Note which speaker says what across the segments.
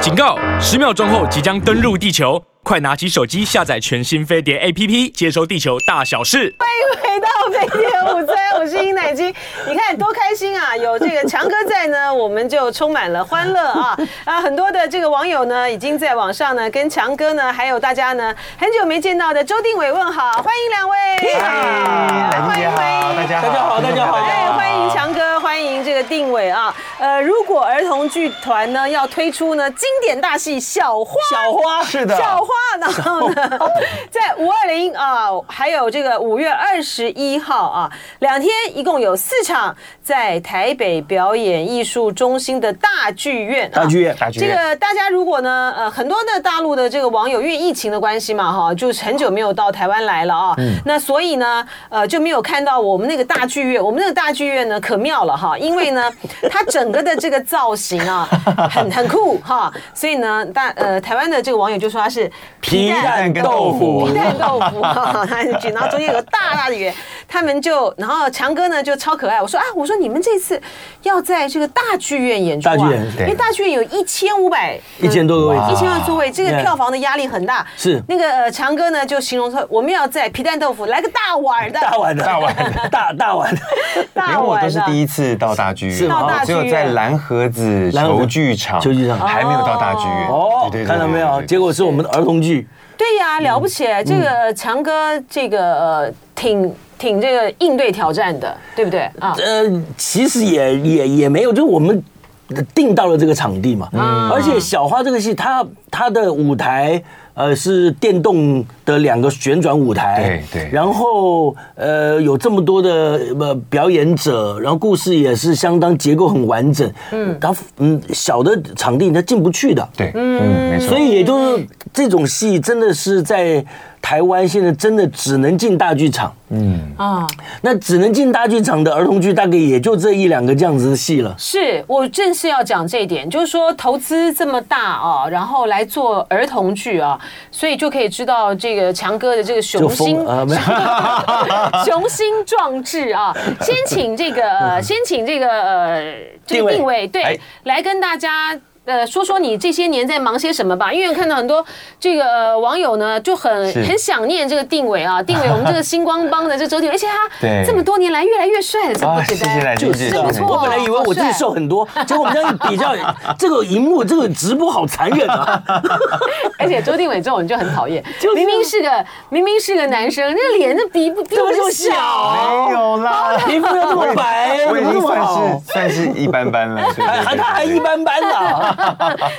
Speaker 1: 警告！十秒钟后即将登陆地球，快拿起手机下载全新飞碟 APP，接收地球大小事。
Speaker 2: 回到飞碟午餐，我是尹乃金。你看多开心啊！有这个强哥在呢，我们就充满了欢乐啊！啊，很多的这个网友呢，已经在网上呢跟强哥呢，还有大家呢，很久没见到的周定伟问好，欢迎两位，
Speaker 3: 嗨，乃
Speaker 2: 欢
Speaker 3: 金姐
Speaker 2: 迎
Speaker 3: 好，哎大
Speaker 2: 欢迎。
Speaker 3: 家好，大家好，
Speaker 2: 哎，欢迎强哥，欢迎这个定伟啊！呃，如果儿童剧团呢要推出呢经典大戏《小花》，
Speaker 4: 小花
Speaker 3: 是的，
Speaker 2: 笑话， 然后呢，在五二零啊，还有这个五月二十一号啊，两天一共有四场在台北表演艺术中心的大剧院、啊。
Speaker 4: 大剧院，
Speaker 3: 大剧
Speaker 2: 这
Speaker 3: 院，
Speaker 2: 个大家如果呢，呃，很多的大陆的这个网友因为疫情的关系嘛，哈，就是很久没有到台湾来了啊，
Speaker 3: 嗯
Speaker 2: 那所以呢，呃，就没有看到我们那个大剧院，我们那个大剧院呢可妙了 哈，因为呢，它整个的这个造型啊，很很酷哈，所以呢，大呃台湾的这个网友就说它是
Speaker 3: 皮蛋跟豆腐
Speaker 2: 皮蛋豆腐哈，他就举，然后中间有个大大的圆，他们就，然后强哥呢就超可爱，我说啊，我说你们这次要在这个大剧院演出啊，
Speaker 4: 大剧院
Speaker 2: 因
Speaker 3: 对
Speaker 2: 为大剧院有一千五百呃
Speaker 4: 一千多个位置
Speaker 2: 一千万座位，这个票房的压力很大。
Speaker 4: 是
Speaker 2: 那个呃强哥呢就形容说，我们要在皮蛋豆腐来个大碗儿的，
Speaker 4: 大碗的，
Speaker 3: 大碗
Speaker 4: 的， 大大碗的，
Speaker 2: 大
Speaker 3: 连我都
Speaker 2: 碗
Speaker 3: 是
Speaker 2: 的。
Speaker 3: 第一次到大剧
Speaker 4: 是
Speaker 3: 院，
Speaker 4: 吗到
Speaker 3: 我
Speaker 2: 大剧
Speaker 3: 只
Speaker 2: 院
Speaker 3: 有在蓝盒子
Speaker 4: 蓝盒子
Speaker 3: 球剧场，
Speaker 4: 球剧场
Speaker 3: 还没有到大剧院。
Speaker 4: 哦
Speaker 3: 对对对，
Speaker 4: 看到没有？
Speaker 3: 对对对
Speaker 4: 结果是我们的儿童剧，
Speaker 2: 对呀，了不起！这个呃强哥这个呃挺挺这个应对挑战的，对不对啊？
Speaker 4: 呃，其实也也也没有，就是我们定到了这个场地嘛。而且小花这个戏，它它的舞台。呃，是电动的两个旋转舞台，
Speaker 3: 对对
Speaker 4: 然后呃，有这么多的呃表演者，然后故事也是相当结构很完整。嗯，它嗯小的场地它进不去的，
Speaker 3: 对，嗯，没错。
Speaker 4: 所以也就是这种戏真的是在台湾现在真的只能进大剧场，
Speaker 2: 啊，
Speaker 4: 那只能进大剧场的儿童剧大概也就这一两个这样子的戏了。
Speaker 2: 是我正是要讲这一点，就是说投资这么大啊，然后来做儿童剧啊，所以就可以知道这个强哥的这个雄心
Speaker 4: 就疯了啊没有
Speaker 2: 雄心壮志啊！先请这个，呃先请这个呃，这
Speaker 4: 定
Speaker 2: 个
Speaker 4: 位
Speaker 2: 定位对
Speaker 3: 哎，
Speaker 2: 来跟大家。呃，说说你这些年在忙些什么吧，因为看到很多这个、呃网友呢就很
Speaker 3: 是
Speaker 2: 很想念这个定伟啊，定伟我们这个星光帮的这周定伟，而且 他
Speaker 3: 对
Speaker 2: 这么多年来越来越帅了，怎么
Speaker 3: 啊，
Speaker 2: 觉
Speaker 3: 谢
Speaker 2: 得？
Speaker 3: 谢来
Speaker 4: 就
Speaker 3: 宾姐，
Speaker 2: 这
Speaker 4: 啊
Speaker 2: 不错
Speaker 4: 我本来以为我自己瘦很多，结果我们这样一 比较，这个荧幕这个直播好残忍啊！
Speaker 2: 而且周定伟这种你就很讨厌，
Speaker 4: 就是
Speaker 2: 明明是个明明是个男生，那脸那鼻不比我
Speaker 4: 这么
Speaker 2: 们
Speaker 4: 小
Speaker 2: 小，
Speaker 3: 没有啦，
Speaker 4: 皮肤要这么白，
Speaker 3: 我
Speaker 4: 怎
Speaker 3: 已
Speaker 4: 么这
Speaker 3: 经
Speaker 4: 么
Speaker 3: 算是
Speaker 4: 好？哎
Speaker 3: 算是一般般了。对对对
Speaker 4: 还他还一般般的，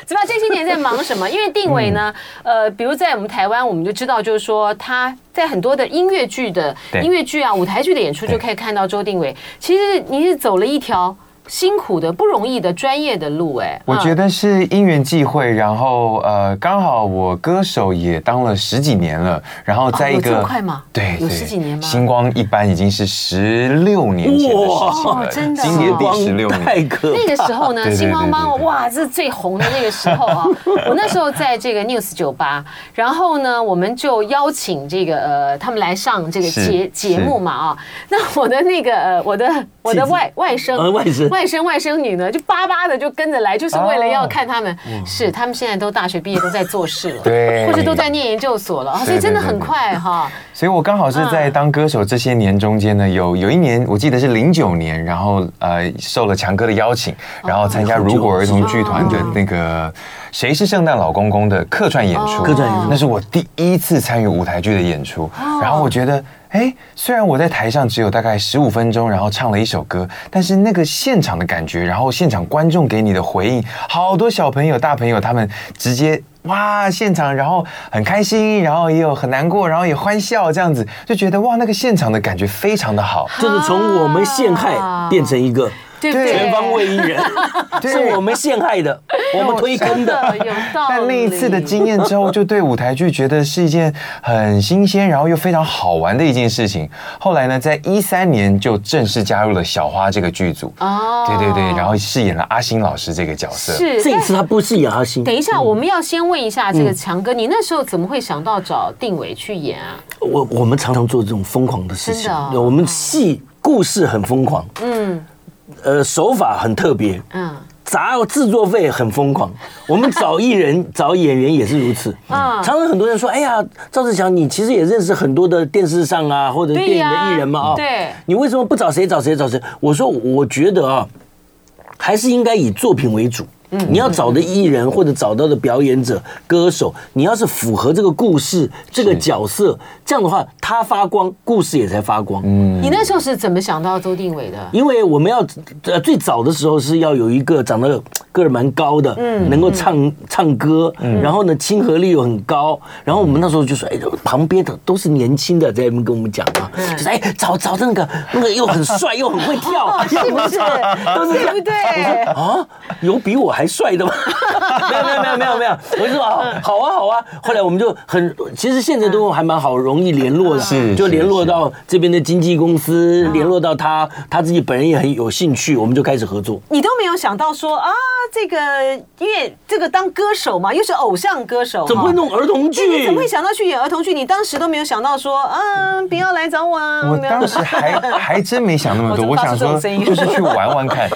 Speaker 2: 怎么样？这些年在忙什么？因为定伟呢，
Speaker 3: 嗯
Speaker 2: 呃，比如在我们台湾，我们就知道，就是说他在很多的音乐剧的
Speaker 3: 对
Speaker 2: 音乐剧啊、舞台剧的演出，就可以看到周定伟。其实你是走了一条辛苦的、不容易的、专业的路，哎，
Speaker 3: 我觉
Speaker 2: 得
Speaker 3: 得是因缘际会，然后呃，刚好我歌手也当了十几年了，然后在
Speaker 2: 哦有
Speaker 3: 一
Speaker 2: 这
Speaker 3: 个、
Speaker 2: 么快吗
Speaker 3: 对，
Speaker 2: 有
Speaker 3: 对
Speaker 2: 十几年吗
Speaker 3: 星光一般已经是十六年前的事情
Speaker 2: 哇
Speaker 3: 了，
Speaker 2: 哦真的
Speaker 3: 今
Speaker 2: 也
Speaker 3: 年第
Speaker 4: 光
Speaker 3: 十六
Speaker 4: 太
Speaker 3: 年。
Speaker 4: 可
Speaker 2: 那个时候呢，
Speaker 3: 对对对
Speaker 2: 星光帮
Speaker 3: 对对对
Speaker 2: 哇，这是最红的那个时候 啊！我那时候在这个 News 酒吧，然后呢，我们就邀请这个呃他们来上这个
Speaker 3: 是
Speaker 2: 节
Speaker 3: 是
Speaker 2: 节目嘛啊。那我的那个呃我 的我的
Speaker 4: 自己
Speaker 2: 外外甥
Speaker 4: 呃外甥
Speaker 2: 外甥外甥女呢，就巴巴的就跟着来，就是为了要
Speaker 3: 哦
Speaker 2: 看他们。是他们现在都大学毕业，都在做事了，
Speaker 3: 对
Speaker 2: 或者都在念研究所了啊，所以
Speaker 3: 对对
Speaker 2: 真的
Speaker 3: 对
Speaker 2: 很
Speaker 3: 对
Speaker 2: 快哈。
Speaker 3: 所以我刚好是在当歌手这些年中间呢，有有一年我记得是零九年，然后呃受了强哥的邀请，然后参加如果儿童剧团的那个《谁是圣诞老公公》的客串演出，
Speaker 2: 哦客
Speaker 4: 串演出哦
Speaker 3: 那是我第一次参与舞台剧的演出，然后我觉得。哎，虽然我在台上只有大概十五分钟，然后唱了一首歌，但是那个现场的感觉，然后现场观众给你的回应，好多小朋友、大朋友他们直接哇，现场然后很开心，然后也有很难过，然后也欢笑，这样子就觉得哇，那个现场的感觉非常的好。
Speaker 4: 就是从我们陷
Speaker 2: 啊
Speaker 4: 害变成一个
Speaker 2: 对不对？
Speaker 4: 全方位艺人，
Speaker 3: 对
Speaker 4: 是我们陷害的，我们推
Speaker 2: 真
Speaker 4: 坑的。
Speaker 2: 的有道理。
Speaker 3: 但那一次的经验之后，就对舞台剧觉得是一件很新鲜，然后又非常好玩的一件事情。后来呢，在一三年就正式加入了小花这个剧组。
Speaker 2: 哦
Speaker 3: 对对对，然后饰演了阿星老师这个角色。
Speaker 2: 是
Speaker 4: 这一次他不是演阿星，
Speaker 2: 等一下，我们要先问一下这个
Speaker 4: 嗯
Speaker 2: 强哥，你那时候怎么会想到找定伟去演啊？
Speaker 4: 我我们常常做这种疯狂的事
Speaker 2: 真
Speaker 4: 情，
Speaker 2: 的哦
Speaker 4: 我们戏故事很疯狂，嗯，呃，手法很特别，
Speaker 2: 嗯，
Speaker 4: 砸制作费很疯狂，我们找艺人、 找演员也是如此。
Speaker 2: 嗯
Speaker 4: 常常很多人说：“哎呀，赵志强，你其实也认识很多的电视上啊，或者电
Speaker 2: 对
Speaker 4: 影
Speaker 2: 呀
Speaker 4: 的艺人嘛啊、
Speaker 2: 对
Speaker 4: 你为什么不找谁找谁找谁？”我说：“我觉得啊，还是应该以作品为主。你要找的艺人或者找到的表演者、歌手，你要是符合这个故事、这个角色，这样的话，他发光，故事也才发光。
Speaker 2: 你那时候是怎么想到周定伟的？
Speaker 4: 因为我们要呃最早的时候是要有一个长得个儿蛮高的，能够唱唱歌，然后呢亲和力又很高，然后我们那时候就说，哎，旁边的都是年轻的在那边跟我们讲啊，就是哎找找那个那个又很帅又很会跳，
Speaker 2: 哦，是不是？
Speaker 4: 都是这
Speaker 2: 对
Speaker 4: 样
Speaker 2: 不对？
Speaker 4: 啊，有比我还帅 的吗？没有没有没有没有没有，我就说好
Speaker 2: 嗯
Speaker 4: 好啊好啊。后来我们就很，其实现在都还蛮好，容易联络的，
Speaker 3: 是
Speaker 4: 就是联络到这边的经纪公司，联络到他，他自己本人也很有兴趣，我们就开始合作。
Speaker 2: 你都没有想到说啊，这个因为这个当歌手嘛，又是偶像歌手，
Speaker 4: 怎么会
Speaker 2: 哈？
Speaker 4: 弄儿童剧？
Speaker 2: 哎对，你怎么会想到去演儿童剧？你当时都没有想到说，嗯，不要来找我啊！
Speaker 3: 我
Speaker 2: 没有
Speaker 3: 当时还还真没想那么多，
Speaker 2: 我
Speaker 3: 我
Speaker 2: 怎么
Speaker 3: 想
Speaker 2: 发出这
Speaker 3: 说
Speaker 2: 种声音哦
Speaker 3: 就是去玩 玩看，就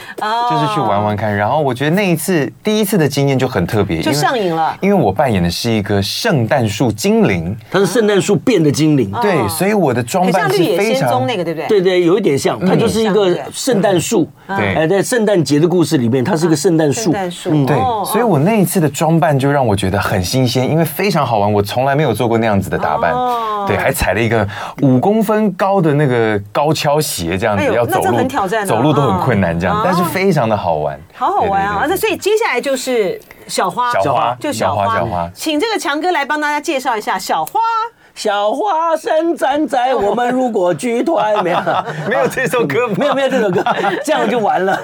Speaker 3: 是去玩玩看。然后我觉得那一次第一次的经验就很特别，
Speaker 2: 就
Speaker 3: 因为
Speaker 2: 上瘾了
Speaker 3: 因为我扮演的是一个圣诞树精灵，
Speaker 4: 他是圣诞树变的精灵。
Speaker 3: 对，所以我的装
Speaker 2: 哦很像
Speaker 3: 扮
Speaker 2: 《
Speaker 3: 是
Speaker 2: 绿野
Speaker 3: 非
Speaker 2: 仙踪》
Speaker 3: 常
Speaker 2: 那个，对不对？
Speaker 4: 对对，有一点像，它就是一
Speaker 2: 嗯像
Speaker 4: 个
Speaker 2: 对嗯
Speaker 4: 圣诞树。
Speaker 3: 对
Speaker 4: 哎，在圣诞节的故事里面，它是一个圣诞
Speaker 2: 啊圣
Speaker 4: 树。
Speaker 2: 诞树，
Speaker 4: 嗯
Speaker 3: 对
Speaker 2: 哦，
Speaker 3: 所以我那一次的装扮就让我觉得很新鲜，因为非常好玩，我从来没有做过那样子的打扮
Speaker 2: 哦，
Speaker 3: 对，还踩了一个五公分高的那个高跷鞋，这样
Speaker 2: 哎
Speaker 3: 子
Speaker 2: 呦
Speaker 3: 要
Speaker 2: 那
Speaker 3: 走
Speaker 2: 这
Speaker 3: 路
Speaker 2: 很挑战啊
Speaker 3: 走路都很困难这
Speaker 2: 哦
Speaker 3: 样，但是非常的好玩，
Speaker 2: 好好玩啊！
Speaker 3: 对对对
Speaker 2: 那所以接下来就是小花，
Speaker 3: 小花
Speaker 2: 就小花，
Speaker 3: 小花小花
Speaker 2: 请这个强哥来帮大家介绍一下小花。
Speaker 4: 小花生站在我们如果剧团没有。
Speaker 3: 没有这首歌吗，
Speaker 4: 没有没有这首歌，这样就完 了。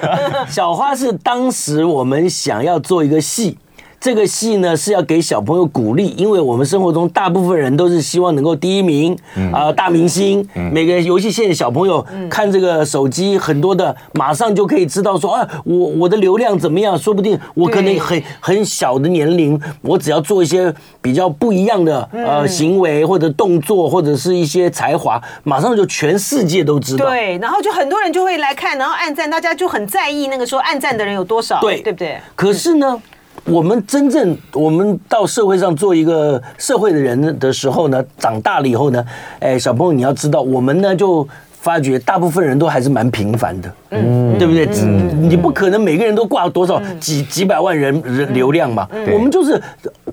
Speaker 4: 小花是当时我们想要做一个戏。这个戏呢是要给小朋友鼓励，因为我们生活中大部分人都是希望能够第一名啊、
Speaker 3: 嗯
Speaker 4: 大明星。每个游戏现在小朋友看这个手机，很多的马上就可以知道说啊，我我的流量怎么样？说不定我可能
Speaker 2: 对
Speaker 4: 很很小的年龄，我只要做一些比较不一样的呃行为或者动作，或者是一些才华，马上就全世界都知道。
Speaker 2: 对，然后就很多人就会来看，然后按赞，大家就很在意那个时候按赞的人有多少，
Speaker 4: 对哎
Speaker 2: 对不对？
Speaker 4: 可是呢，我们真正我们到社会上做一个社会的人的时候呢，长大了以后呢，哎，小朋友你要知道，我们呢就。发觉大部分人都还是蛮平凡的，嗯，对不对？你你不可能每个人都挂多少几几百万人人流量嘛。我们就是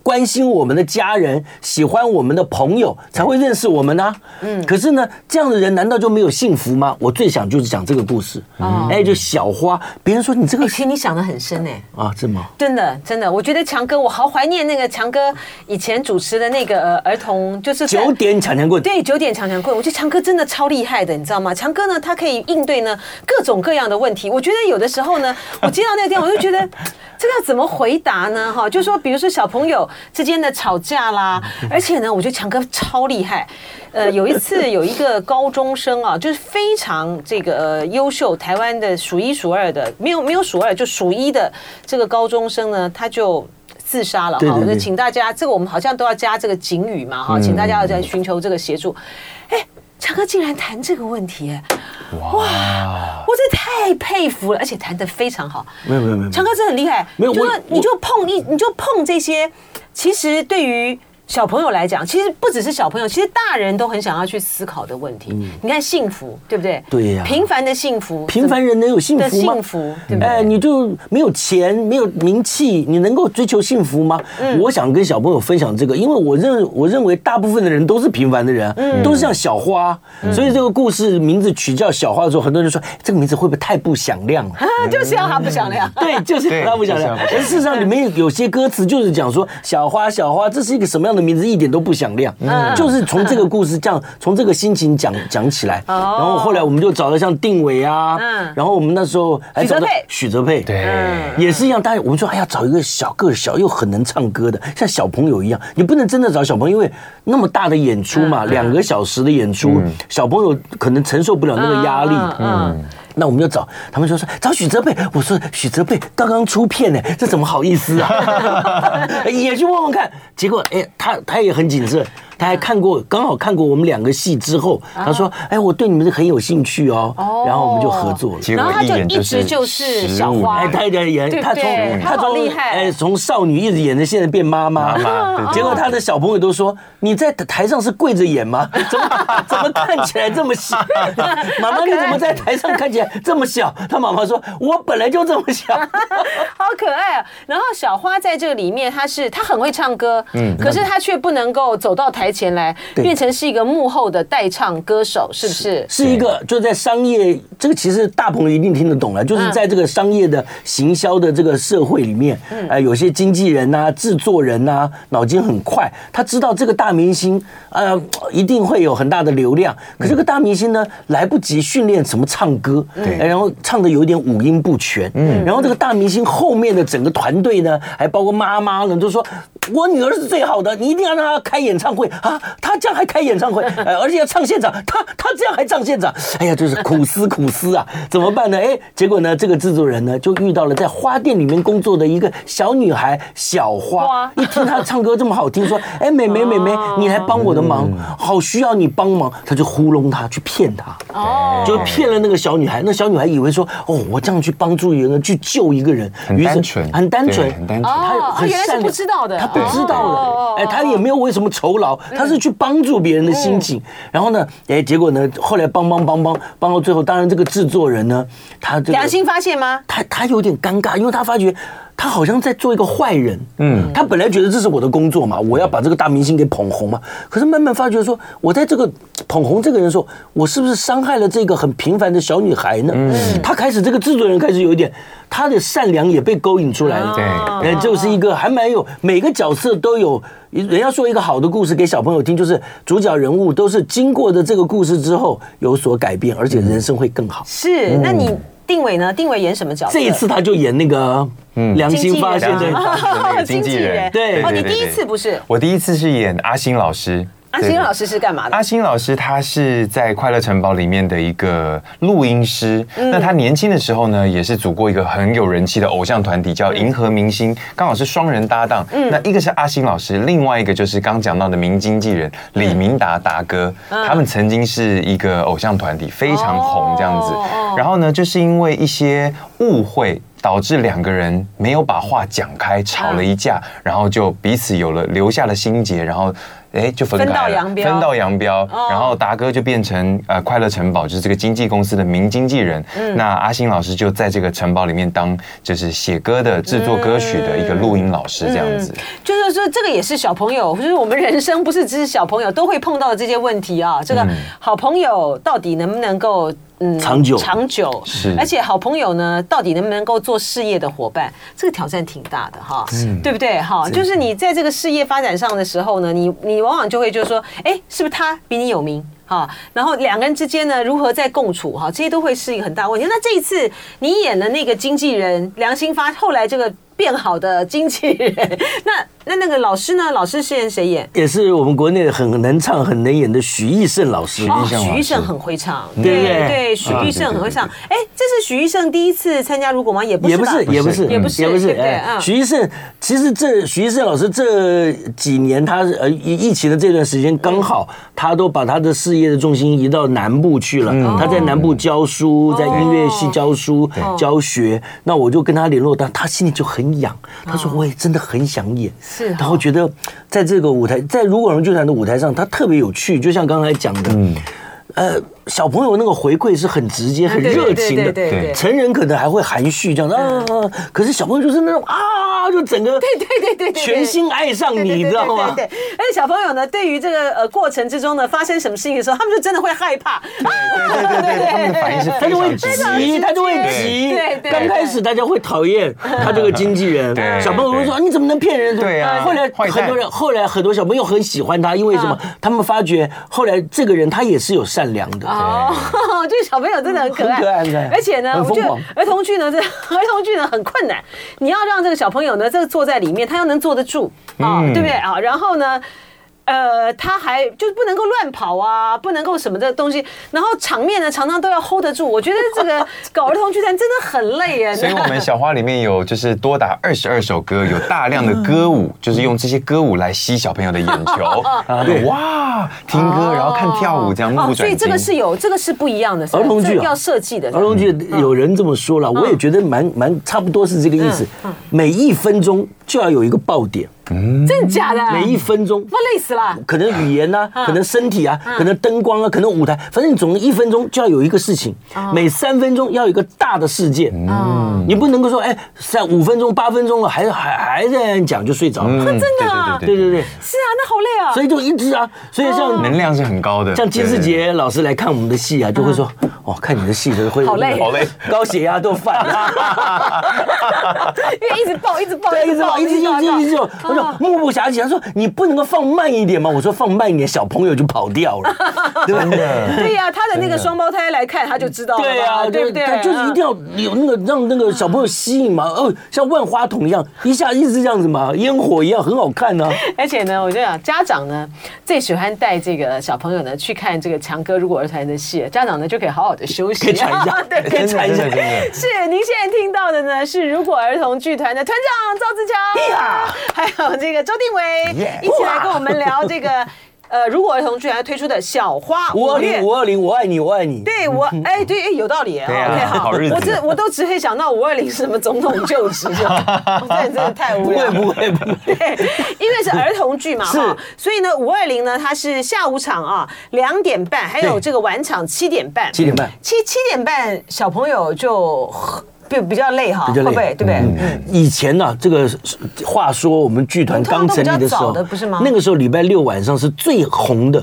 Speaker 4: 关心我们的家人，喜欢我们的朋友，才会认识我们啊。嗯，可是呢，这样的人难道就没有幸福吗？我最想就是讲这个故事，哎，就小花，别人说你这个
Speaker 2: 哎其实你想的很深哎。
Speaker 4: 啊，这么。
Speaker 2: 真的，真的，我觉得强哥，我好怀念那个强哥以前主持的那个呃儿童，就是在
Speaker 4: 九点抢钱棍，
Speaker 2: 对，九点强强棍，我觉得强哥真的超厉害的，你知道吗？强哥呢，他可以应对呢各种各样的问题。我觉得有的时候呢，我接到那个电话，我就觉得 这个要怎么回答呢？哈，就说比如说小朋友之间的吵架啦，而且呢，我觉得强哥超厉害。呃，有一次有一个高中生啊，就是非常这个呃优秀，台湾的数一数二的，没有没有数二就数一的这个高中生呢，他就。自杀了
Speaker 4: 对
Speaker 2: 哈，我
Speaker 4: 对
Speaker 2: 就
Speaker 4: 对嗯
Speaker 2: 请。请大家，这个我们好像都要加这个警语嘛，哈，请大家要在寻求这个协助。哎，强哥竟然谈这个问题，哎
Speaker 3: 哇，
Speaker 2: 我这太佩服了，而且谈得非常好。
Speaker 4: 没有没有没有，
Speaker 2: 强哥真的很厉害，
Speaker 4: 嗯没有
Speaker 2: 就
Speaker 4: 我
Speaker 2: 是你就碰一，你就碰这些，其实对于。小朋友来讲，其实不只是小朋友，其实大人都很想要去思考的问题。你看幸福，对不对？
Speaker 4: 嗯对呀
Speaker 2: 平凡的幸福，
Speaker 4: 平凡人能有幸
Speaker 2: 的
Speaker 4: 福吗？
Speaker 2: 幸福，对不对？
Speaker 4: 哎，你就没有钱，没有名气，你能够追求幸福吗？
Speaker 2: 嗯
Speaker 4: 我想跟小朋友分享这个，因为我认我认为大部分的人都是平凡的人，
Speaker 2: 嗯
Speaker 4: 都是像小花，所以这个故事名字取叫小花的时候，很多人说哎这个名字会不会太不响亮了？
Speaker 2: 啊， 就是要他不想亮。
Speaker 4: 对，就是
Speaker 3: 对
Speaker 4: 他不响亮。
Speaker 3: 就是他不响
Speaker 4: 而事实上，里面有些歌词就是讲说“小花，小花”，这是一个什么样的名字，一点都不响亮。
Speaker 3: 嗯
Speaker 4: 就是从这个故事这样，从这个心情讲讲起来。
Speaker 2: 哦
Speaker 4: 然后后来我们就找了像定伟啊
Speaker 2: 嗯，
Speaker 4: 然后我们那时候还找到许哲佩，
Speaker 3: 对，
Speaker 4: 也是一样。大家我们说，哎呀，找一个小个小又很能唱歌的，像小朋友一样。你不能真的找小朋友，因为那么大的演出
Speaker 2: 嗯
Speaker 4: 嘛，两个小时的演出，
Speaker 3: 嗯
Speaker 4: 小朋友可能承受不了那个压力。
Speaker 2: 嗯嗯嗯
Speaker 4: 那我们就找他们就说找许哲佩，我说许哲佩刚刚出片呢，这 怎么好意思啊？也去问问看，结果哎，他他也很谨慎，他还看过，刚好看过我们两个戏之后，他说：“哎，我对你们很有兴趣哦。”
Speaker 2: 哦
Speaker 4: 然后我们就合作了。
Speaker 3: 结
Speaker 2: 然
Speaker 3: 果
Speaker 2: 后他
Speaker 3: 一
Speaker 2: 就
Speaker 3: 演
Speaker 2: 一
Speaker 3: 就
Speaker 2: 直
Speaker 3: 是
Speaker 2: 就是
Speaker 3: 15
Speaker 2: 小花
Speaker 4: 哎，
Speaker 3: 年
Speaker 4: 他的演，
Speaker 2: 对
Speaker 4: 他
Speaker 2: 对
Speaker 4: 从
Speaker 2: 他好
Speaker 4: 从
Speaker 2: 厉害
Speaker 4: 哎从少女一直演着，现在变妈妈。
Speaker 3: 妈 妈对对
Speaker 4: 结果他的小朋友都说：“你在台上是跪着演吗？ 怎么怎么看起来这么小？ 妈妈你怎么在台上看起来这么小？” 他妈妈说：“我本来就这么小。
Speaker 2: 好可爱啊！然后小花在这里面，她是她很会唱歌，嗯，可是她却不能够走到台前来，
Speaker 4: 对
Speaker 2: 变成是一个幕后的代唱歌手，是不是”？
Speaker 4: 是一个就在商业，这个其实大朋友一定听得懂了，就是在这个商业的行销的这个社会里面，呃，有些经纪人呐、制作人呐、脑筋很快，他知道这个大明星，呃，一定会有很大的流量，可这个大明星呢，来不及训练怎么唱歌，
Speaker 3: 对
Speaker 4: 哎然后唱的有点五音不全，嗯，然后这个大明星后面的整个团队呢，还包括妈妈呢，都说我女儿是最好的，你一定要让她开演唱会啊，她这样还开演唱会，呃而且要唱现场，她她这样还唱现场， 哎呀，就是苦思苦思啊，怎么办呢？哎，结果呢，这个制作人呢就遇到了在花店里面工作的一个小女孩小花
Speaker 2: 花，
Speaker 4: 一听她唱歌这么好听，说哎妹妹妹妹，你来帮我的忙，好需要你帮忙，他就糊弄她去骗她。
Speaker 2: 哦，
Speaker 4: 就骗了那个小女孩。那小女孩以为说，哦，我这样去帮助一个人，去救一个人，
Speaker 3: 很
Speaker 4: 于是
Speaker 3: 单纯
Speaker 4: 很单纯
Speaker 3: 对，很单纯
Speaker 4: 她
Speaker 2: 哦
Speaker 4: 很
Speaker 2: 原来是
Speaker 4: 善良
Speaker 2: 不知道的
Speaker 4: 她不知
Speaker 2: 哦嗯
Speaker 4: 道的，哎，她也没有为什么酬劳，她是去帮助别人的心情。然后呢，哎，结果呢，后来帮帮帮帮帮到最后，当然这个制作人呢，他这个
Speaker 2: 良心发现吗？
Speaker 4: 他他有点尴尬，因为他发觉他好像在做一个坏人。嗯，他本来觉得这是我的工作嘛，我要把这个大明星给捧红嘛。可是慢慢发觉说，我在这个捧红这个人的时候，我是不是伤害了这个很平凡的小女孩呢？嗯，他开始这个制作人开始有一点，他的善良也被勾引出来了。
Speaker 3: 对
Speaker 4: 呃，就是一个还蛮有每个角色都有，人家说一个好的故事给小朋友听，就是主角人物都是经过的这个故事之后有所改变，而且人生会更好。
Speaker 2: 是，那你定伟呢？定伟演什么角色？
Speaker 4: 嗯这一次他就演那个良心发现
Speaker 3: 嗯经纪
Speaker 4: 的
Speaker 3: 人啊那个
Speaker 2: 经
Speaker 3: 经
Speaker 2: 纪
Speaker 3: 纪
Speaker 2: 人
Speaker 3: 人，
Speaker 4: 对
Speaker 2: 哦，
Speaker 3: 对
Speaker 2: 你
Speaker 3: 对
Speaker 2: 第一
Speaker 3: 对
Speaker 2: 次不是？
Speaker 3: 我第一次是演阿星老师，
Speaker 2: 阿星老
Speaker 3: 师。
Speaker 2: 师是干嘛的？
Speaker 3: 阿星老师他是在《快乐城堡》里面的一个录音师。
Speaker 2: 嗯
Speaker 3: 那他年轻的时候呢，也是组过一个很有人气的偶像团体，叫银河明星，刚好是双人搭档。那
Speaker 2: 嗯
Speaker 3: 一个是阿星老师，另外一个就是刚讲到的名经纪人李明达达哥，
Speaker 2: 嗯
Speaker 3: 他们曾经是一个偶像团体，非常红这样子
Speaker 2: 哦哦。
Speaker 3: 然后呢，就是因为一些误会。导致两个人没有把话讲开，吵了一
Speaker 2: 嗯
Speaker 3: 架，然后就彼此有了留下了心结，然后哎就分开
Speaker 2: 分
Speaker 3: 了，
Speaker 2: 道扬镳
Speaker 3: 分道扬镳
Speaker 2: 哦。
Speaker 3: 然后达哥就变成呃快乐城堡，就是这个经纪公司的名经纪人。
Speaker 2: 嗯
Speaker 3: 那阿星老师就在这个城堡里面当就是写歌的、制作歌曲的一个录音老师这样子。
Speaker 2: 就是说，这个也是小朋友，就是我们人生不是只是小朋友都会碰到的这些问题啊。这个好朋友到底能不能够嗯
Speaker 4: 嗯长久
Speaker 2: 长久
Speaker 3: 是
Speaker 2: 而且好朋友呢，到底能不能够做事业的伙伴？这个挑战挺大的哈，对不对哈？就是你在这个事业发展上的时候呢，你你往往就会就是说，哎，是不是他比你有名？哈，然后两个人之间呢，如何在共处哈，这些都会是一个很大问题。那这一次你演的那个经纪人良心发，后来这个变好的经纪人， 那那那个老师呢？老师饰演谁演？
Speaker 4: 也是我们国内很能唱、很能演的许义胜老师。
Speaker 2: 哦，
Speaker 3: 胜老师
Speaker 2: 许医生很会唱，
Speaker 4: 对
Speaker 2: 对对，许
Speaker 3: 啊
Speaker 2: 医生很会唱哎，
Speaker 3: 对。
Speaker 2: 这是许医生第一次参加《如果吗》，也不
Speaker 4: 也
Speaker 2: 是
Speaker 4: 不
Speaker 2: 吧
Speaker 4: 是，也不是，
Speaker 2: 也不是
Speaker 4: 也不是。
Speaker 2: 对不对嗯
Speaker 4: 许医生，其实这许医生老师这几年他呃疫疫情的这段时间，刚
Speaker 2: 嗯
Speaker 4: 好他都把他的事业的重心移到南部去了。
Speaker 2: 嗯
Speaker 4: 他在南部教
Speaker 2: 哦
Speaker 4: 书，在音乐系教书教学。那我就跟他联络，但他心里就很痒，他说我也真的很想演，
Speaker 2: 哦是哦
Speaker 4: 然后觉得在这个舞台，在如果人剧团的舞台上，他特别有趣，就像刚才讲的。呃，小朋友那个回馈是很直接、很
Speaker 2: 对对
Speaker 4: 热
Speaker 2: 对
Speaker 4: 情的，
Speaker 2: 对对对对
Speaker 4: 成人可能还会含蓄这样子啊，可是小朋友就是那种啊，就整个
Speaker 2: 对对对对对对
Speaker 4: 全心爱上
Speaker 2: 对
Speaker 4: 你，你知道吗？
Speaker 2: 对对对对对而且小朋友呢，对于这个呃过程之中呢，发生什么事情的时候，他们就真的会害怕。
Speaker 3: 对对对对，他们的反应是
Speaker 4: 他
Speaker 3: 非
Speaker 4: 就会
Speaker 3: 常直接。
Speaker 4: 急，他就会急
Speaker 2: 对对对。
Speaker 4: 刚开始大家会讨厌他这个经纪人
Speaker 3: 对，
Speaker 4: 小朋友会说你怎么能骗人？呃
Speaker 3: 对啊
Speaker 4: 后来
Speaker 3: 坏蛋
Speaker 4: 很多人，后来很多小朋友很喜欢他，因为什么？
Speaker 2: 嗯
Speaker 4: 他们发觉后来这个人他也是有善良的。
Speaker 2: 哦，就是小朋友真的很可爱，
Speaker 4: 很可爱很可爱
Speaker 2: 而且呢，
Speaker 4: 很
Speaker 2: 我
Speaker 4: 疯
Speaker 2: 觉得
Speaker 4: 狂
Speaker 2: 儿童剧呢，这 儿童剧呢很困难，
Speaker 4: 嗯
Speaker 2: 你要让这个小朋友呢，这个坐在里面，他要能坐得住啊，对不对啊？然后呢？呃，他还就是不能够乱跑啊，不能够什么的东西，然后场面呢常常都要 hold 得住。我觉得这个搞儿童剧团真的很累 耶。
Speaker 3: 所以我们小花里面有就是多达二十二 首歌，有大量的歌
Speaker 2: 嗯
Speaker 3: 舞，就是用这些歌舞来吸小朋友的眼 球，让他们哇听歌，然后看跳舞，这样目不
Speaker 2: 哦所
Speaker 3: 转
Speaker 2: 以
Speaker 3: 睛。
Speaker 2: 这个是有，这个是不一样的，是吧
Speaker 4: 儿童剧啊
Speaker 2: 这个要设计的。
Speaker 4: 儿童剧
Speaker 2: 嗯
Speaker 4: 有人这么说了，我也觉得蛮蛮差不多是这个意思。
Speaker 2: 嗯
Speaker 4: 每一分钟就要有一个爆点，嗯
Speaker 2: 真的假的？嗯
Speaker 4: 每一分钟
Speaker 2: 哇，累死了。
Speaker 4: 可能语言呐、可能身体啊，可能灯光啊，可能舞台，反正你总一分钟就要有一个事情，
Speaker 2: 嗯
Speaker 4: 每三分钟要有一个大的事件。你不能够说，哎，三五分钟、八分钟了，还还还在讲就睡着了。
Speaker 3: 真
Speaker 2: 的啊
Speaker 4: 对对对，
Speaker 2: 是啊，那好累啊。
Speaker 4: 所以就一直啊，所以像
Speaker 2: 嗯
Speaker 3: 能量是很高的。
Speaker 4: 像金世杰老师来看我们的戏啊，就会说，哦，看你的戏都会
Speaker 2: 嗯好累好
Speaker 3: 累，
Speaker 4: 高血压都犯了。
Speaker 2: 因为一直爆，一直嗯爆，
Speaker 4: 对，一直跑，一直就一直就，我说目不暇接。他说你不能够放慢一点吗？我说放慢一点，小朋友就跑掉 了，对不对？
Speaker 2: 对呀、他的那个双胞胎来看，他就知道了嘛，
Speaker 4: 对呀，
Speaker 2: 对不对？嗯
Speaker 4: 他就是一定要有那个让那个小朋友吸引嘛，哦，像万花筒一样，一下一直这样子嘛，烟火一样，很好看啊呢。
Speaker 2: 而且呢，我就想家长呢最喜欢带这个小朋友呢去看这个强哥如果儿团的戏，家长呢就可以好好的休息，
Speaker 4: 可以喘 一下
Speaker 2: 对，
Speaker 4: 可以喘一下
Speaker 3: 真的真的
Speaker 2: 是您现在听到的呢是如果儿童剧团的团长赵自强，还有这个周定伟
Speaker 3: Yeah
Speaker 2: 一起来跟我们聊这个呃如果儿童剧团推出的小 花
Speaker 4: 五二
Speaker 2: 月
Speaker 4: 零，五二零，我爱你，我爱你。
Speaker 2: 对我，哎，对，哎有道理。
Speaker 3: 对啊
Speaker 2: OK，好，
Speaker 3: 好日子
Speaker 2: 我这我都只会想到五二零什么总统就职，就 我真的真的太无
Speaker 4: 不
Speaker 2: 聊了。
Speaker 4: 会不会不会，
Speaker 2: 对，因为是儿童剧嘛，
Speaker 4: 是
Speaker 2: 哈，所以呢，五二零呢，它是下午场啊，两点半，还有
Speaker 4: 对
Speaker 2: 这个晚场七点半。
Speaker 4: 7点半
Speaker 2: 七七点半小朋友就比比较累哈，
Speaker 4: 比较
Speaker 2: 啊会
Speaker 4: 累
Speaker 2: 不会？对不对？嗯
Speaker 4: 以前呢、这个话说我们剧团刚成立的时
Speaker 2: 我
Speaker 4: 候，
Speaker 2: 们通常都比较早的不是吗哦
Speaker 4: 那个时候礼拜六晚上是最红的，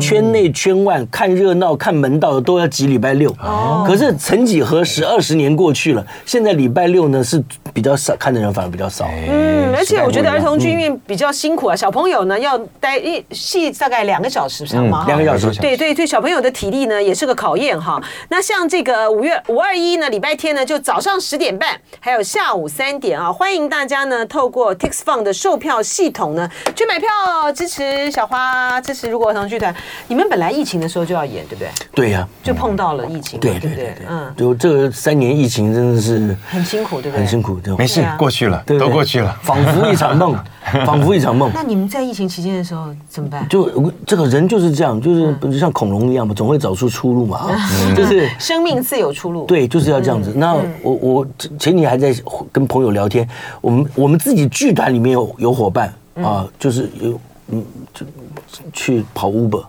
Speaker 4: 圈内圈外看热闹、看门道的都要挤礼拜六。
Speaker 2: 哦
Speaker 4: 可是曾几何时，二十年过去了，现在礼拜六呢是比较少看的人，反而比较少。哎
Speaker 2: 嗯，而
Speaker 3: 时
Speaker 2: 且
Speaker 3: 代
Speaker 2: 我觉得
Speaker 3: 不一样
Speaker 2: 儿童剧因为比较辛苦啊，小朋友呢要待一戏大概两个小时
Speaker 3: 嗯
Speaker 2: 上嘛，哈
Speaker 4: 嗯两个小时
Speaker 2: 对对对，小朋友的体力呢也是个考验哈。那像这个五月五二一呢，礼拜天呢就早上十点半，还有下午三点啊，欢迎大家呢透过 Tix Fun 的售票系统呢去买票支持小花，支持如果儿童剧团。你们本来疫情的时候就要演，对不对？
Speaker 4: 对呀、
Speaker 2: 就碰到了疫情嘛，
Speaker 4: 对
Speaker 2: 不
Speaker 4: 对对对，
Speaker 2: 嗯，
Speaker 4: 就这三年疫情真的是
Speaker 2: 很辛苦，对不对？
Speaker 4: 很辛。苦，对吧
Speaker 3: 没事
Speaker 2: 对啊，
Speaker 3: 过去了，
Speaker 4: 对
Speaker 3: 都过去了。
Speaker 4: 仿佛一场 梦，仿佛一场梦。
Speaker 2: 那你们在疫情期间的时候怎么办？
Speaker 4: 就这个人就是这样，就是不是像恐龙一样嘛，总会找出出路嘛啊， 就是。
Speaker 2: 生命自有出路。。
Speaker 4: 对，就是要这样子。那我我前前几天还在跟朋友聊天，我们我们自己剧团里面有有伙伴啊，就是有嗯，就去跑 Uber，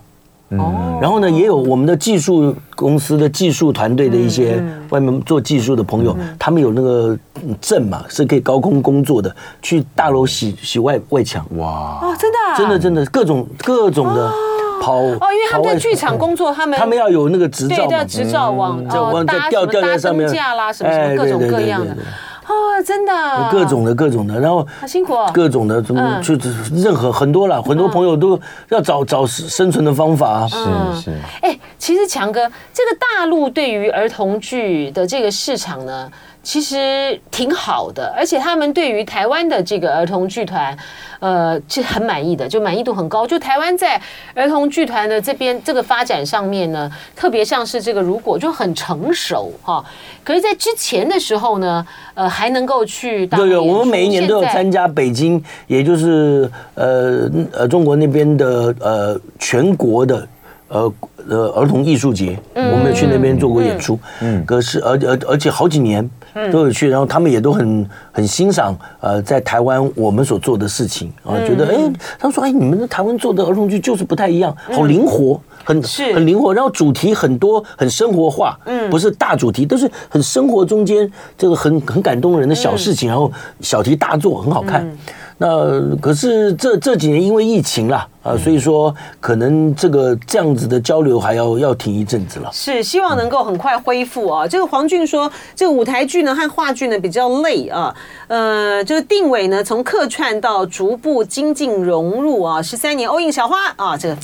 Speaker 4: 嗯
Speaker 2: 哦
Speaker 4: 然后呢，也有我们的技术公司的技术团队的一些外面做技术的朋友，他们有那个嗯证嘛，是可以高空工作的，去大楼洗洗外外墙，
Speaker 3: 哇，
Speaker 2: 哦，真的、啊，
Speaker 4: 真的真的各种各种的跑
Speaker 2: 哦，因为他们
Speaker 4: 跑
Speaker 2: 在
Speaker 4: 外嗯
Speaker 2: 剧场工作，他们
Speaker 4: 他们要有那个执
Speaker 2: 对
Speaker 4: 照嘛，
Speaker 2: 要执照往
Speaker 4: 这
Speaker 2: 哦
Speaker 4: 往这
Speaker 2: 搭什
Speaker 4: 吊
Speaker 2: 么
Speaker 4: 吊
Speaker 2: 搭
Speaker 4: 在上
Speaker 2: 灯
Speaker 4: 面
Speaker 2: 架啦，什么什么
Speaker 4: 哎
Speaker 2: 各种
Speaker 4: 对对
Speaker 2: 各
Speaker 4: 对
Speaker 2: 样
Speaker 4: 对
Speaker 2: 的
Speaker 4: 对，
Speaker 2: 哦，真的啊
Speaker 4: 各种的各种的，然后
Speaker 2: 好辛苦哦
Speaker 4: 各种的怎么
Speaker 2: 嗯
Speaker 4: 就任何很多啦，很多朋友都要找找生存的方法啊。
Speaker 2: 嗯
Speaker 3: 是是，
Speaker 2: 哎，其实强哥，这个大陆对于儿童剧的这个市场呢，其实挺好的，而且他们对于台湾的这个儿童剧团，呃，是很满意的，就满意度很高。就台湾在儿童剧团的这边这个发展上面呢，特别像是这个如果就很成熟哈、可是，在之前的时候呢，呃，还能够去大陆
Speaker 4: 对对，
Speaker 2: 演出
Speaker 4: 我们每一年都有。
Speaker 2: 现在
Speaker 4: 参加北京，也就是呃呃中国那边的呃全国的呃呃儿童艺术节，
Speaker 2: 嗯
Speaker 4: 我们有去那边做过演出，嗯，可是而而而且好几年
Speaker 2: 嗯
Speaker 4: 都有去，然后他们也都很很欣赏呃在台湾我们所做的事情啊，
Speaker 2: 嗯
Speaker 4: 觉得哎，他们说哎你们的台湾做的儿童剧就是不太一样，好灵活，很
Speaker 2: 嗯是
Speaker 4: 很灵活，然后主题很多，很生活化，嗯，不是大主题，都是很生活中间这个很很感动人的小事情，然后小题大做，很好看。
Speaker 2: 嗯
Speaker 4: 那可是这这几年因为疫情啦，
Speaker 2: 嗯
Speaker 4: 啊、所以说可能这个这样子的交流还要要停一阵子了。
Speaker 2: 是希望能够很快恢复啊。这个黄俊说，这个舞台剧呢和话剧呢比较累啊，呃，这个定位呢从客串到逐步精进融入啊，十三年欧印小花啊，这个。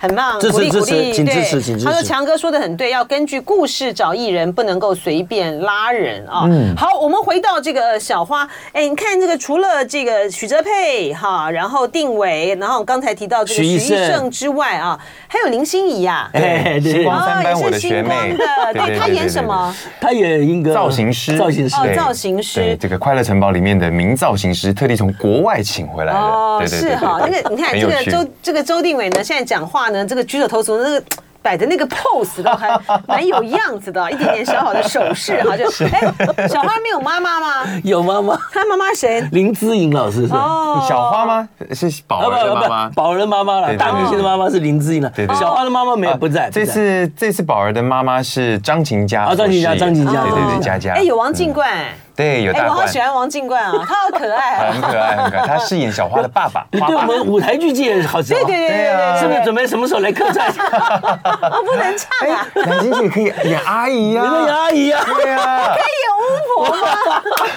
Speaker 2: 很棒，
Speaker 4: 支持
Speaker 2: 鼓励
Speaker 4: 支
Speaker 2: 鼓
Speaker 4: 持
Speaker 2: 励，
Speaker 4: 请支
Speaker 2: 对
Speaker 4: 持请支持
Speaker 2: 他说强哥说的很对，要根据故事找艺人，不能够随便拉人啊。
Speaker 4: 嗯
Speaker 2: 好，我们回到这个小花，哎，你看这个除了这个许哲佩哈，然后定伟，然后刚才提到这个
Speaker 4: 许
Speaker 2: 徐
Speaker 4: 医
Speaker 2: 医
Speaker 4: 生
Speaker 2: 生之外啊，还有林心怡啊，
Speaker 4: 哎，对
Speaker 3: 星
Speaker 4: 对对
Speaker 3: 光三班我
Speaker 2: 也
Speaker 3: 的
Speaker 2: 是
Speaker 3: 学
Speaker 2: 星光
Speaker 3: 妹
Speaker 2: 的，，
Speaker 3: 对
Speaker 2: 对，她演什么？？
Speaker 4: 他也应该
Speaker 3: 造型师，
Speaker 4: 造型师
Speaker 2: 哦
Speaker 3: 对
Speaker 2: 造型师
Speaker 3: 对这个《快乐城堡》里面的名造型师，特地从国外请回来的。
Speaker 2: 哦，
Speaker 3: 对对对
Speaker 2: 是哈，
Speaker 3: 对
Speaker 2: 那
Speaker 3: 对
Speaker 2: 个你看这
Speaker 3: 很有
Speaker 2: 个
Speaker 3: 趣
Speaker 2: 周这个周定伟呢，现在讲话呢，这个举手投足那个。摆的那个 pose 都还蛮有样子的，一点点小小的手势哈，就 哎，小花没有妈妈吗？
Speaker 4: 有妈妈
Speaker 2: 她妈妈谁？
Speaker 4: 林姿颖老师是吧。
Speaker 2: 哦
Speaker 3: 小花？吗？是宝
Speaker 4: 啊不
Speaker 3: 儿的
Speaker 4: 不
Speaker 3: 妈
Speaker 4: 不，
Speaker 3: 妈。
Speaker 4: 宝儿的妈妈了，
Speaker 3: 对对
Speaker 4: 大明星的妈妈是林志颖了
Speaker 3: 对，对
Speaker 4: 小花的妈妈没有不在，
Speaker 3: 这
Speaker 4: 不在
Speaker 3: 次这次宝儿的妈妈是张琴佳
Speaker 4: 啊
Speaker 3: 所
Speaker 4: 张琴佳
Speaker 3: 饰演
Speaker 4: 张琴佳
Speaker 3: 对对
Speaker 2: 哦
Speaker 3: 对，佳佳。嗯
Speaker 2: 哎，有王静冠，
Speaker 3: 对有
Speaker 2: 哎，
Speaker 3: 大
Speaker 2: 我好
Speaker 3: 冠，
Speaker 2: 喜欢王静冠啊，他好可爱
Speaker 3: 很
Speaker 2: 啊。
Speaker 3: 可爱很可爱，他饰演小花 的爸爸。花
Speaker 4: 对我
Speaker 3: 爸
Speaker 4: 们舞台剧界好像
Speaker 2: 对对对对
Speaker 3: 对啊
Speaker 2: 对，
Speaker 4: 是不是
Speaker 2: 对
Speaker 4: 准备什么时候来客 串？
Speaker 2: 啊？不能唱啊，
Speaker 3: 南京姐可以演阿姨呀
Speaker 4: 你们有，阿姨啊，
Speaker 3: 对呀，
Speaker 2: 有巫婆吗？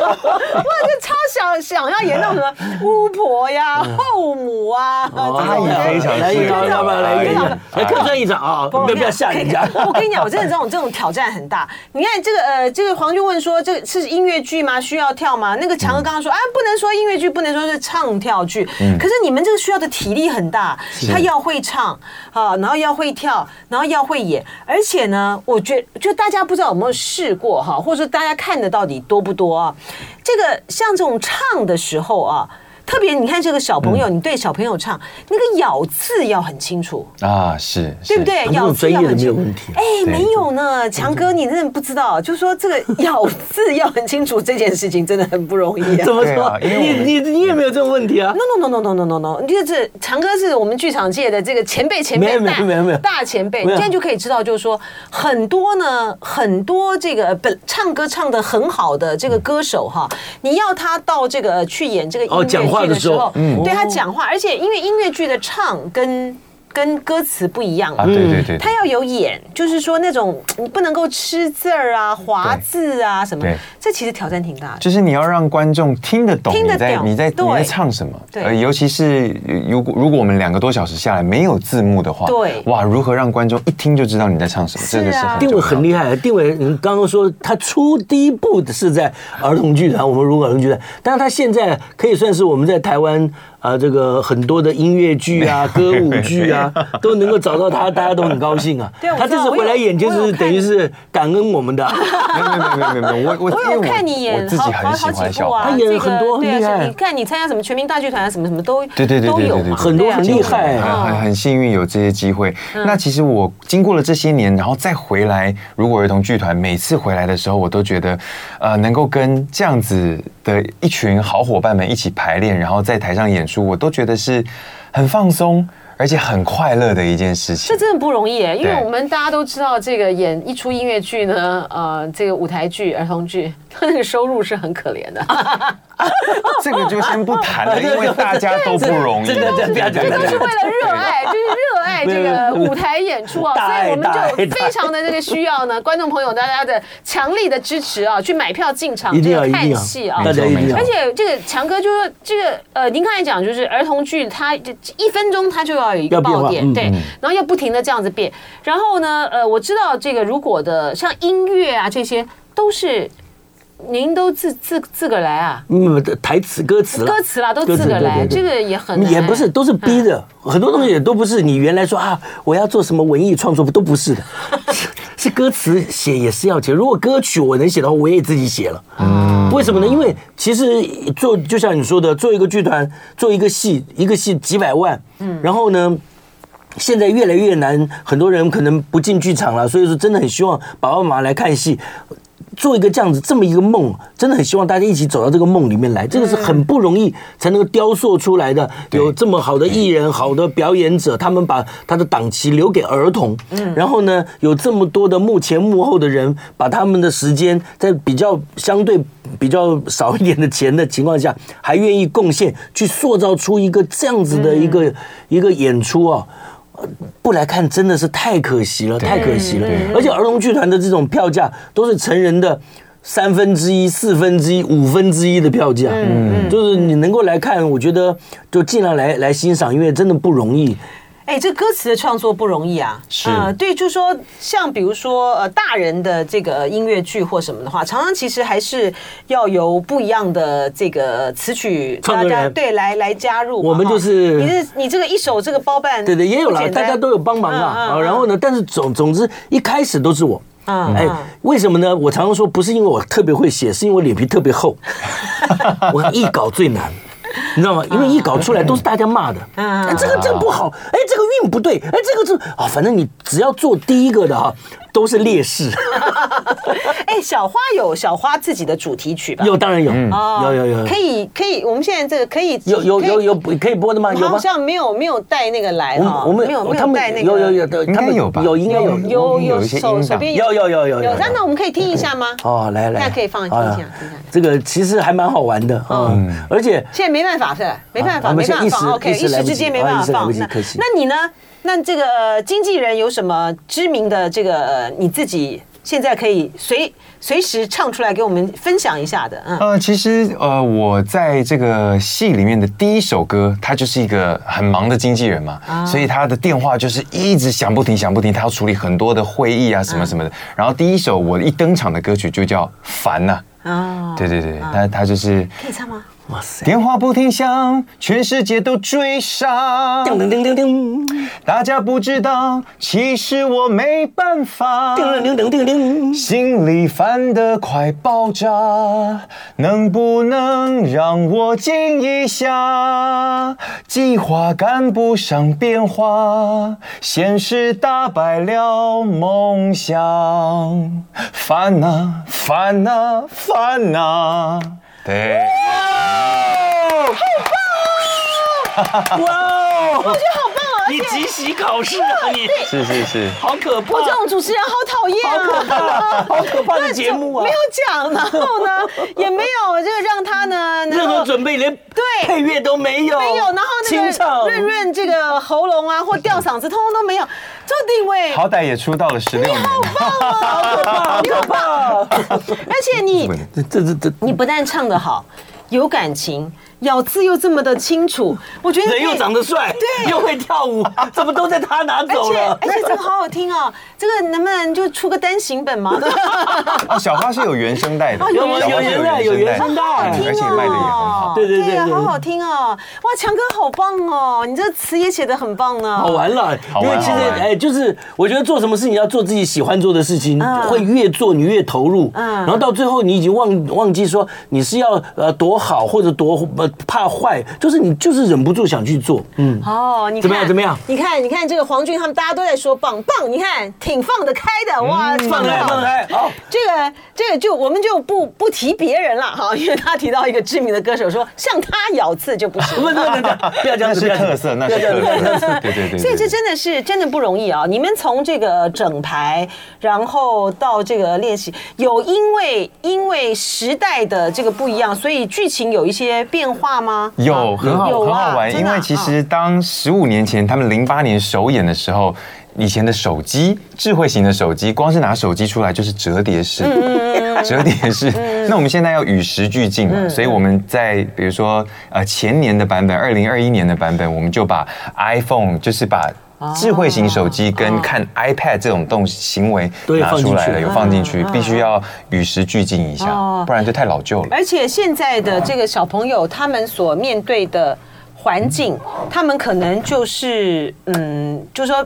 Speaker 2: 我就超想想要演那种什么巫婆呀、后母啊，这种
Speaker 3: 嗯哦阿姨非常
Speaker 4: 来一
Speaker 3: 适
Speaker 4: 场，
Speaker 3: 合
Speaker 4: 要不要来一场？来客串一场
Speaker 3: 哎
Speaker 4: 啊！不要不要吓人家。
Speaker 2: 我跟你讲，我真的这种这种挑战很大。你看这个呃，这个黄军问说，这个是音乐剧吗？需要跳吗？那个强哥刚刚说啊，不能说音乐剧，不能说是唱跳剧。可是你们这个需要的体力很大，他要会唱啊，然后要会跳，然后要会演，而且呢，我觉就大家不知道有没有试过哈，或者说大家看的到底多不多啊？这个像这种唱的时候啊。特别，你看这个小朋友，你对小朋友唱，那个咬字要很清楚。
Speaker 3: 啊是，
Speaker 2: 对不
Speaker 3: 是？
Speaker 2: 对？
Speaker 4: 他们
Speaker 2: 咬字
Speaker 4: 专
Speaker 2: 要
Speaker 4: 业的
Speaker 2: 很
Speaker 4: 没
Speaker 2: 清
Speaker 4: 有
Speaker 2: 楚
Speaker 4: 问题。啊
Speaker 2: 哎，没有呢，强哥，你真的不知道，就说这 个咬字要很清楚这件事情真的很不容易啊
Speaker 4: 怎。么
Speaker 3: 对
Speaker 4: 说
Speaker 3: 啊？因为我们
Speaker 4: 你你你也没有这种问题啊？
Speaker 2: No no no no no no no no，就是强哥是我们剧场界的这个前辈前辈
Speaker 4: 没有
Speaker 2: 大
Speaker 4: 没有没有
Speaker 2: 大前辈，你
Speaker 4: 没有
Speaker 2: 今天就可以知道，就是说很多呢，很多这个本唱歌唱的很好的这个歌手哈，你要他到这个去演这个音
Speaker 4: 嗯哦
Speaker 2: 乐
Speaker 4: 讲话
Speaker 2: 剧
Speaker 4: 的
Speaker 2: 的
Speaker 4: 时
Speaker 2: 时
Speaker 4: 候
Speaker 2: 候，
Speaker 4: 嗯
Speaker 2: 对他讲话，而且因为音乐剧的唱跟跟歌词不一样
Speaker 3: 啊对对对，
Speaker 2: 他要有演，就是说那种你不能够吃字儿啊、划字啊什么
Speaker 3: 对，
Speaker 2: 这其实挑战挺大的。
Speaker 3: 就是你要让观众听得懂
Speaker 2: 听得
Speaker 3: 你在
Speaker 2: 懂
Speaker 3: 你在
Speaker 2: 对
Speaker 3: 你在唱什么，
Speaker 2: 对
Speaker 3: 呃，尤其是呃如果如果我们两个多小时下来没有字幕的话，
Speaker 2: 对
Speaker 3: 哇，如何让观众一听就知道你在唱什么？
Speaker 2: 是啊
Speaker 3: 这个是很
Speaker 4: 定
Speaker 3: 重
Speaker 4: 伟
Speaker 3: 要
Speaker 4: 很厉害，啊定伟你刚刚说他出第一步的是在儿童剧团，我们如果儿童剧团，但是他现在可以算是我们在台湾啊、呃这个很多的音乐剧 啊、歌舞剧啊，都能够找到他，大家都很高兴啊
Speaker 2: 对。我
Speaker 4: 他
Speaker 2: 知
Speaker 4: 这
Speaker 2: 道
Speaker 4: 次回来演就
Speaker 2: 我有我
Speaker 4: 是
Speaker 2: 有看
Speaker 4: 等于是感恩我 们的啊、
Speaker 3: 没有没有没有没有没有，我
Speaker 2: 我
Speaker 3: 我因为
Speaker 2: 有看你
Speaker 3: 我
Speaker 2: 演
Speaker 3: 自
Speaker 2: 好
Speaker 3: 己
Speaker 2: 好
Speaker 3: 很喜
Speaker 2: 好几
Speaker 3: 欢小
Speaker 2: 部啊，
Speaker 3: 花
Speaker 4: 他，演了很多
Speaker 2: 这个
Speaker 4: 很厉害
Speaker 2: 对啊是你看你参加什么全民大剧团啊，什么什么都
Speaker 3: 对对对
Speaker 2: 都
Speaker 3: 对
Speaker 2: 有
Speaker 3: 对对
Speaker 2: 嘛，
Speaker 4: 很多
Speaker 2: 对啊
Speaker 4: 很厉害
Speaker 3: 很
Speaker 2: 嗯
Speaker 3: 很很幸运有这些机会。那其实我经过了这些年，然后再回来，如果儿童剧团每次回来的时候，我都觉得，呃，能够跟这样子的一群好伙伴们一起排练，然后在台上演出，我都觉得是很放松，而且很快乐的一件事情
Speaker 2: 这。真的不容易耶，因为
Speaker 3: 对
Speaker 2: 我们大家都知道，这个演一出音乐剧呢，呃，这个舞台剧、儿童剧， 他那个收入是很可怜的。
Speaker 3: 这个就先不谈了，因为大家都不容 易。
Speaker 4: 真的真的真的
Speaker 2: 这
Speaker 4: 真
Speaker 2: 都
Speaker 4: 的
Speaker 2: 是为了热爱，就是热爱这个舞台演出 啊，
Speaker 4: 大爱
Speaker 2: 所以我
Speaker 4: 大爱
Speaker 2: 们就非常的这个需要呢， 观众朋友大家的强力的支持啊，去买票进场
Speaker 4: 一
Speaker 2: 这
Speaker 4: 定要
Speaker 2: 个
Speaker 4: 一定
Speaker 2: 看
Speaker 4: 要
Speaker 2: 戏啊，。
Speaker 4: 大家一定要
Speaker 2: 而。且这个强哥就说，这个呃，您刚才讲就是儿童剧，它这一分钟它就要有一
Speaker 4: 要
Speaker 2: 个
Speaker 4: 变化
Speaker 2: 爆点，
Speaker 4: 嗯
Speaker 2: 对，然后要不停的这样子变。然后呢，呃，我知道这个如果的像音乐啊这些都是您都自自自个儿来啊，
Speaker 4: 嗯，台词、歌词啦、
Speaker 2: 歌词啦都自个儿来，
Speaker 4: 对对对
Speaker 2: 这
Speaker 4: 对
Speaker 2: 个也很难
Speaker 4: 也不是，都是逼的，
Speaker 2: 嗯
Speaker 4: 很多东西也都不是你原来说啊，我要做什么文艺创作，都不是的， 是是歌词写也是要写。如果歌曲我能写的话，我也自己写了。为什么呢？因为其实做就像你说的，做一个剧团，做一个戏，一个戏几百万，
Speaker 2: 嗯
Speaker 4: 然后呢？现在越来越难，很多人可能不进剧场了，所以说真的很希望爸爸妈妈来看戏，做一个这样子这么一个梦，真的很希望大家一起走到这个梦里面来，这个是很不容易才能够雕塑出来的。有这么好的艺人、好的表演者，他们把他的档期留给儿童，然后呢，有这么多的幕前幕后的人，把他们的时间在比较相对比较少一点的钱的情况下，还愿意贡献去塑造出一个这样子的一个、一个演出啊。不来看真的是太可惜了，太可惜了。而且儿童剧团的这种票价都是成人的三分之一、四分之一、五分之一的票价，嗯，就是你能够来看，我觉得就尽量来来欣赏，因为真的不容易。
Speaker 2: 哎、哎，这歌词的创作不容易啊。
Speaker 3: 是
Speaker 2: 呃对，就说像比如说呃，大人的这个音乐剧或什么的话，常常其实还是要由不一样的这个词曲
Speaker 4: 创作人
Speaker 2: 大家对来来加入嘛。
Speaker 4: 我们
Speaker 2: 哈
Speaker 4: 就是
Speaker 2: 你这你这个一手这个包办，
Speaker 4: 对对，也有
Speaker 2: 不
Speaker 4: 了，
Speaker 2: 简
Speaker 4: 大
Speaker 2: 单
Speaker 4: 家都有帮忙啊。
Speaker 2: 嗯嗯
Speaker 4: 啊然后呢，但是总总之一开始都是我。
Speaker 2: 嗯
Speaker 4: 哎
Speaker 2: 嗯，
Speaker 4: 为什么呢？我常常说，不是因为我特别会写，是因为我脸皮特 别厚，我一稿最难。你知道吗？因为一稿出来都是大家骂的，
Speaker 2: 嗯
Speaker 4: 哎，这个这个不好，哎，这个韵不对，哎，这个这啊，反正你只要做第一个的哈，都是劣 势。
Speaker 2: 哎，小花有小花自己的主题曲吧？
Speaker 4: 有，当然有，
Speaker 2: 哦
Speaker 4: 有有有
Speaker 2: 可以可以，我们现在这个可以
Speaker 4: 有有
Speaker 2: 可以
Speaker 4: 有有可以播的吗？有
Speaker 2: 好
Speaker 4: 吗？
Speaker 2: 像没有没有带那个来哈，
Speaker 4: 我们
Speaker 2: 没有没
Speaker 4: 我们他
Speaker 2: 有带
Speaker 4: 们
Speaker 2: 那个
Speaker 4: 有有有的，
Speaker 3: 应
Speaker 4: 他
Speaker 3: 该
Speaker 4: 们
Speaker 3: 有吧
Speaker 4: 有应该有
Speaker 2: 有
Speaker 3: 有
Speaker 2: 有
Speaker 3: 一些
Speaker 2: 手
Speaker 3: 音
Speaker 2: 手
Speaker 3: 档
Speaker 2: 边
Speaker 4: 有有有有
Speaker 2: 有
Speaker 4: 有，
Speaker 2: 那那我们可以听一下吗？
Speaker 4: 哦，来来，
Speaker 2: 那可以放听一下
Speaker 4: 哎呀
Speaker 2: 听一下
Speaker 4: 这个其实还蛮好玩的，嗯，而且
Speaker 2: 现在没办法是，没办
Speaker 4: 啊
Speaker 2: 法，
Speaker 4: 我们
Speaker 2: 没办
Speaker 4: 现在
Speaker 2: 法
Speaker 4: 一时
Speaker 2: 放。OK，
Speaker 4: 一时
Speaker 2: 一
Speaker 4: 来
Speaker 2: 时
Speaker 4: 不
Speaker 2: 之
Speaker 4: 及
Speaker 2: 间没
Speaker 4: 啊
Speaker 2: 办
Speaker 4: 一
Speaker 2: 法
Speaker 4: 时来
Speaker 2: 放
Speaker 4: 不。及
Speaker 2: 那
Speaker 4: 可惜
Speaker 2: 那你呢？那这个呃经纪人有什么知名的这个呃你自己现在可以随随时唱出来给我们分享一下的？嗯，
Speaker 3: 呃，其实呃，我在这个戏里面的第一首歌，他就是一个很忙的经纪人嘛，所以他的电话就是一直响不停，响不停，他要处理很多的会议啊，什么什么的。然后第一首我一登场的歌曲就叫《烦》呐，
Speaker 4: 啊
Speaker 2: 哦，
Speaker 3: 对对对，他他就是
Speaker 2: 可以唱吗？
Speaker 4: 哇塞，
Speaker 3: 电话不停响，全世界都追上，
Speaker 4: 叮叮叮叮叮，
Speaker 3: 大家不知道，其实我没办法。
Speaker 4: 叮叮叮叮叮，
Speaker 3: 心里烦得快爆炸，能不能让我静一下？计划赶不上变化，现实打败了梦想，烦呐、烦呐、烦呐、对，
Speaker 4: 哇，我觉得好棒哦，你即席考试啊，你
Speaker 3: 是是是，
Speaker 4: 好可怕
Speaker 2: 我，这种主持人好讨厌啊！
Speaker 4: 好 可怕的节目啊
Speaker 2: 没，有讲，然后 呢，也没有这个让他呢，能
Speaker 4: 任
Speaker 2: 够
Speaker 4: 何准备连
Speaker 2: 对
Speaker 4: 配乐都没有，
Speaker 2: 没有，然后
Speaker 4: 哦清
Speaker 2: 那
Speaker 4: 唱
Speaker 2: 个润润这个喉咙啊或吊嗓子，通通都没有，这定位。
Speaker 3: 好歹也出道了十六年了，
Speaker 4: 好可怕，好可怕，
Speaker 2: 而且你
Speaker 4: 这这这
Speaker 2: 你不但唱得好，有感情，咬字又这么的清楚，我觉得
Speaker 4: 人又长
Speaker 2: 得。
Speaker 4: 得帅，又会跳舞，怎么都在他拿
Speaker 2: 而
Speaker 4: 走
Speaker 2: 且
Speaker 4: 了
Speaker 2: 而？且这个好好听哦，这个能不能就出个单行本嘛？
Speaker 3: 啊，小花是有原声带的，
Speaker 2: 哦有
Speaker 3: 小花
Speaker 2: 有
Speaker 3: 是
Speaker 4: 原声带有原声带
Speaker 2: 好好听哦，
Speaker 3: 哎而且卖的也很好。
Speaker 4: 对对对
Speaker 2: 啊
Speaker 4: 对
Speaker 2: 好好听哦！哇，强哥好棒哦，你这个词也写得很棒呢。
Speaker 4: 好玩了，
Speaker 3: 好
Speaker 4: 因为
Speaker 3: 玩
Speaker 4: 其实
Speaker 3: 好玩
Speaker 4: 哎，就是我觉得做什么事情要做自己喜欢做的事情，会越做你越投入，
Speaker 2: 嗯
Speaker 4: 然后到最后你已经忘忘记说你是要呃多好或者多呃怕坏，就是你就是忍不住想去做，嗯，
Speaker 2: 哦，你看
Speaker 4: 怎么样怎么样
Speaker 2: 你看，你看这个黄俊他们大家都在说棒棒，你看挺放得开的哇，
Speaker 4: 嗯放开
Speaker 2: 得好
Speaker 4: 放开，好，
Speaker 2: 这个这个就我们就不不提别人了哈，因为他提到一个知名的歌手说像他咬字就不是
Speaker 4: 不。不不不，不要这样
Speaker 3: 那
Speaker 4: 子，
Speaker 3: 是
Speaker 4: 不要这样
Speaker 3: 特
Speaker 4: 子
Speaker 3: 色，那
Speaker 4: 不要
Speaker 3: 是
Speaker 4: 这样子
Speaker 3: 特色，对对 对。
Speaker 2: 所以这
Speaker 3: 对
Speaker 2: 真的是真的不容易啊！你们从这个整排，然后到这个练习，有因为因为时代的这个不一样，所以剧情有一些变化吗？
Speaker 3: 有
Speaker 2: 啊
Speaker 3: 很好
Speaker 2: 有
Speaker 3: 很
Speaker 2: 啊
Speaker 3: 好玩，
Speaker 2: 真
Speaker 3: 因
Speaker 2: 的啊
Speaker 3: 为其实当十五年前他们零八年首演的时候。以前的手机，智慧型的手机，光是拿手机出来就是折叠式， 折叠式。那我们现在要与时俱进嘛，所以我们在比如说呃前年的版本，二零二一年的版本，我们就把 iPhone 就是把智慧型手机跟看 iPad 这种动行为
Speaker 4: 都有
Speaker 3: 拿
Speaker 4: 放进
Speaker 3: 出来
Speaker 4: 去
Speaker 3: 了，有放进去，必须要与时俱进一下
Speaker 2: 哦，
Speaker 3: 不然就太老旧了。
Speaker 2: 而且现在的这个小朋友，他们所面对的环境，他们可能就是嗯，就说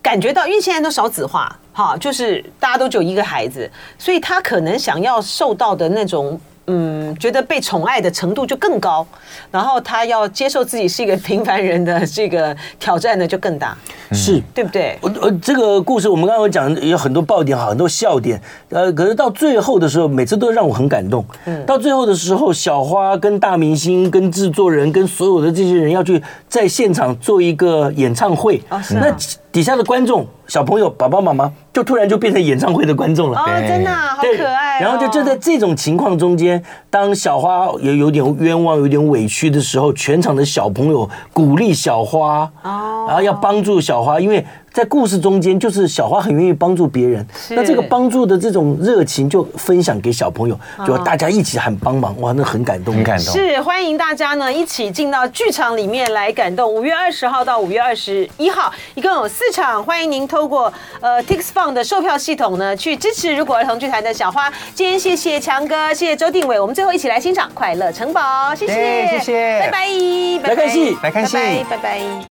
Speaker 2: 感觉到，因为现在都少子化，哈，就是大家都只有一个孩子，所以他可能想要受到的那种。嗯，觉得被宠爱的程度就更高，然后他要接受自己是一个平凡人的这个挑战呢就更大，
Speaker 4: 是。
Speaker 2: 对不对？
Speaker 4: 我呃，这个故事我们刚刚有讲有很多爆点，好，很多笑点，呃，可是到最后的时候，每次都让我很感动。
Speaker 2: 嗯
Speaker 4: 到最后的时候，小花跟大明星、跟制作人、跟所有的这些人要去在现场做一个演唱会，
Speaker 2: 哦是啊
Speaker 4: 那底下的观众、小朋友、爸爸妈妈就突然就变成演唱会的观众了。
Speaker 2: 哦，
Speaker 3: 对
Speaker 2: 真的啊、好
Speaker 4: 对
Speaker 2: 可爱、哦。
Speaker 4: 然后就就在这种情况中间，当小花也有点冤枉、有点委屈的时候，全场的小朋友鼓励小花，
Speaker 2: 哦
Speaker 4: 然后要帮助小小花，因为在故事中间，就是小花很愿意帮助别人，那这个帮助的这种热情就分享给小朋友，
Speaker 2: 嗯
Speaker 4: 就大家一起喊帮忙，哇，那很感动，
Speaker 3: 很感动。
Speaker 2: 是欢迎大家呢一起进到剧场里面来感动。五月二十号到五月二十一号，一共有四场，欢迎您透过呃 Tix Fund 的售票系统呢去支持如果儿童剧团的小花。今天谢谢强哥，谢谢周定伟，我们最后一起来欣赏《快乐城堡》，谢谢，
Speaker 3: 对谢谢
Speaker 2: 拜拜，
Speaker 4: 来看戏
Speaker 3: 来看戏
Speaker 2: 拜拜，拜拜。